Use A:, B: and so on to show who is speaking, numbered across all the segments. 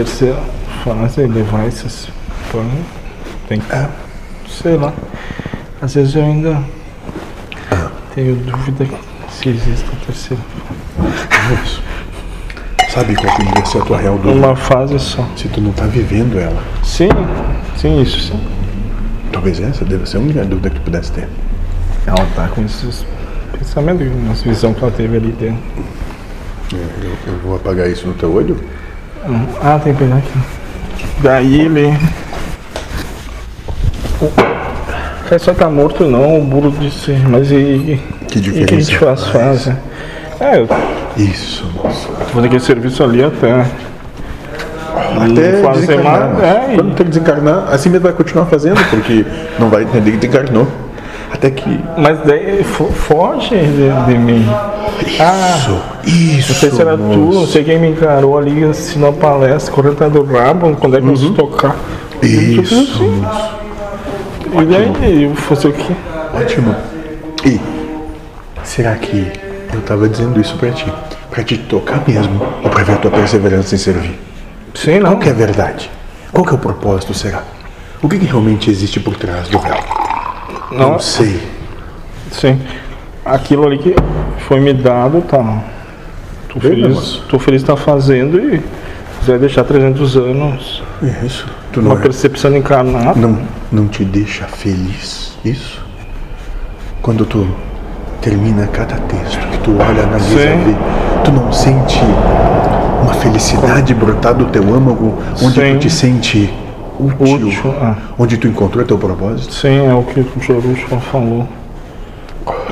A: terceira fase levar essas formas. Tem que. Sei lá. Às vezes eu ainda tenho dúvida se existe a terceira.
B: Deus. Sabe qual que devia ser a tua real dúvida?
A: Uma fase só.
B: Se tu não tá vivendo ela.
A: Sim, sim, isso sim.
B: Talvez essa deva ser a única dúvida que tu pudesse ter.
A: Ela tá com esses pensamentos, essa visão que ela teve ali dentro.
B: Eu, eu vou apagar isso no teu olho?
A: Ah, tem que pegar aqui. Daí ele. O cara só tá morto não, o burro disse. Mas e.
B: Que
A: E o que a gente
B: diferença
A: faz?
B: faz?
A: faz né? É, eu
B: Isso, moço.
A: vou ter que serviço ali até.
B: Até
A: fazer
B: desencarnar.
A: mais- é, e-
B: Quando tu desencarnar, assim mesmo vai continuar fazendo, porque não vai entender que desencarnou. Até que.
A: Mas daí fo- foge de, de mim. Ah,
B: isso.
A: não sei se era tu, não sei quem me encarou ali, ensinou a palestra, correntado do rabo, quando é que eu se tocar.
B: Uhum. Isso.
A: Sim. E daí eu vou fazer o quê?
B: Ótimo. E será que eu tava dizendo isso pra ti? Pra te tocar mesmo? Ou pra ver a tua perseverança em servir?
A: Sei não.
B: Qual que é a verdade? Qual que é o propósito, será? O que, que realmente existe por trás do véu?
A: Não,
B: Não sei.
A: Sim. Aquilo ali que foi me dado, tá. Tô
B: Vê, né,
A: feliz,
B: moço?
A: tô feliz tá fazendo e vai deixar 300 anos
B: Isso. Tu não,
A: uma
B: é-
A: percepção encarnada.
B: não, não te deixa feliz isso? Quando tu termina cada texto, que tu olha, analisa,
A: Sim.
B: vê, tu não sente uma felicidade brotar do teu âmago, onde
A: Sim.
B: tu te sente útil,
A: Útil, ah.
B: onde tu encontrou teu propósito?
A: Sim, é o que o Jerusalém falou.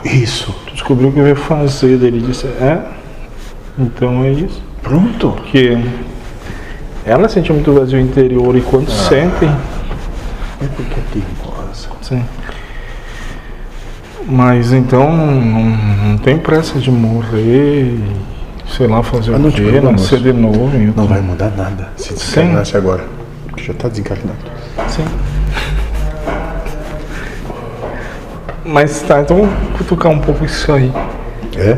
B: Isso.
A: Tu descobriu o que eu ia fazer, daí ele disse, é? Então é isso.
B: Pronto.
A: Porque ela sente muito vazio interior e quando sentem.
B: É porque é teimosa.
A: Sim. Mas então não, não tem pressa de morrer, sei lá, fazer
B: Ah, não
A: o
B: te
A: quê,
B: preocupa,
A: nascer de novo.
B: Não vai mudar nada se desencarnasse agora. Porque já tá desencarnado.
A: Sim. Mas tá, então vamos cutucar um pouco isso aí.
B: É?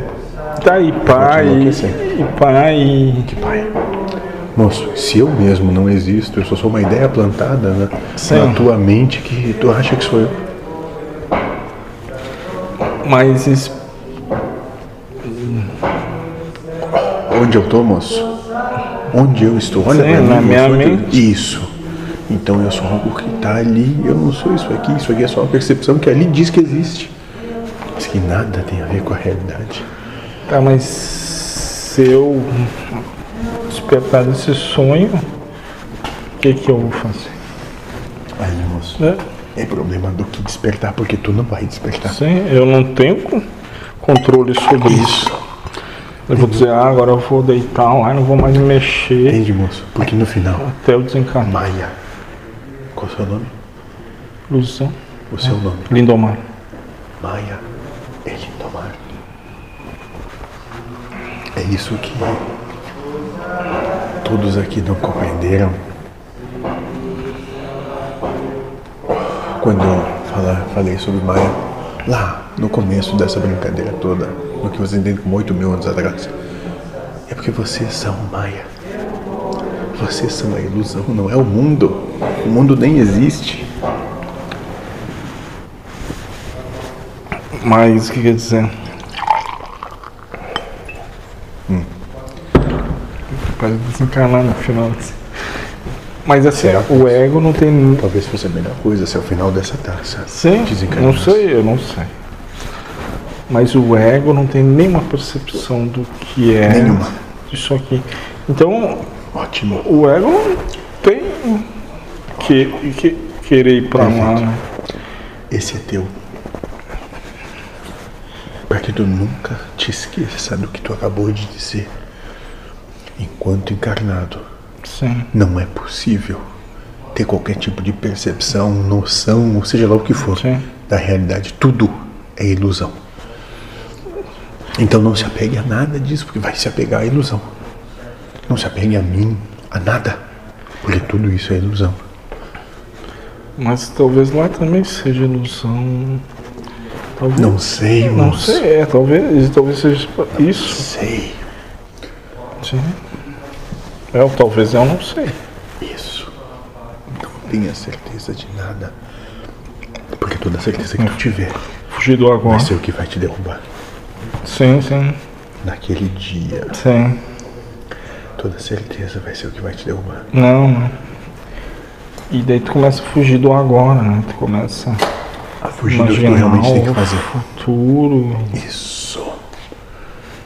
A: Tá, e pai,
B: Continua
A: e,
B: aquecendo.
A: pai, e-
B: Que pai. Moço, se eu mesmo não existo, eu só sou uma ideia plantada na,
A: Sim.
B: na tua mente que tu acha que sou eu.
A: mas es-
B: Onde eu tô, moço? Onde eu estou? Olha
A: Sim,
B: pra mim,
A: na
B: eu
A: minha
B: sou aquilo.
A: mente.
B: Isso. Então eu sou algo que tá ali, eu não sou isso aqui. Isso aqui é só uma percepção que ali diz que existe. Mas que nada tem a ver com a realidade.
A: tá, mas se eu despertar desse sonho, o que que eu vou fazer?
B: Aí, moço.
A: né?
B: É problema do que despertar, porque tu não vai despertar.
A: Sim, eu não tenho con- controle sobre isso.
B: Isso.
A: Eu vou dizer, ah, agora eu vou deitar lá, não vou mais mexer
B: Entende, moço? Porque no final,
A: até eu desencarnar.
B: Maia. Qual o seu nome?
A: Ilusão.
B: O seu nome.
A: Lindomar.
B: Maia. Ele tomar. É isso que todos aqui não compreenderam. Quando eu falar, falei sobre Maia, lá no começo dessa brincadeira toda, no que vocês entendem como 8 mil anos atrás, é porque vocês são Maia. Vocês são a ilusão, não é o mundo. O mundo nem existe.
A: Mas o que quer dizer? Pode desencarnar no final. Mas assim,
B: Será?
A: o ego não tem. ni-
B: Talvez fosse a melhor coisa se ao final dessa taça
A: Sim,
B: desencarnasse.
A: não sei, eu não sei. Mas o ego não tem nenhuma percepção do que é
B: Nenhuma.
A: isso aqui. Então,
B: Ótimo.
A: O ego tem que, que querer ir pra lá, né?
B: Esse é teu. Para que tu nunca te esqueça do que tu acabou de dizer. Enquanto encarnado,
A: Sim.
B: não é possível ter qualquer tipo de percepção, noção, ou seja lá o que for,
A: Sim.
B: da realidade. Tudo é ilusão. Então não se apegue a nada disso, porque vai se apegar à ilusão. Não se apegue a mim, a nada, porque tudo isso é ilusão.
A: Mas talvez lá também seja ilusão. Talvez.
B: Não sei,
A: Não
B: moço.
A: sei, é, talvez, talvez seja isso.
B: Sei.
A: Sim. Eu, É, talvez eu não sei.
B: Isso. Não tenha certeza de nada. Porque toda certeza que tu tiver
A: Fugir do agora.
B: vai ser o que vai te derrubar.
A: Sim, sim,
B: Naquele dia,
A: sim.
B: toda certeza vai ser o que vai te derrubar.
A: Não, não. E daí tu começa a fugir do agora, né? Tu começa a
B: A fugir do que tu
A: imaginar
B: Tá realmente tem
A: o
B: que fazer.
A: futuro.
B: Isso.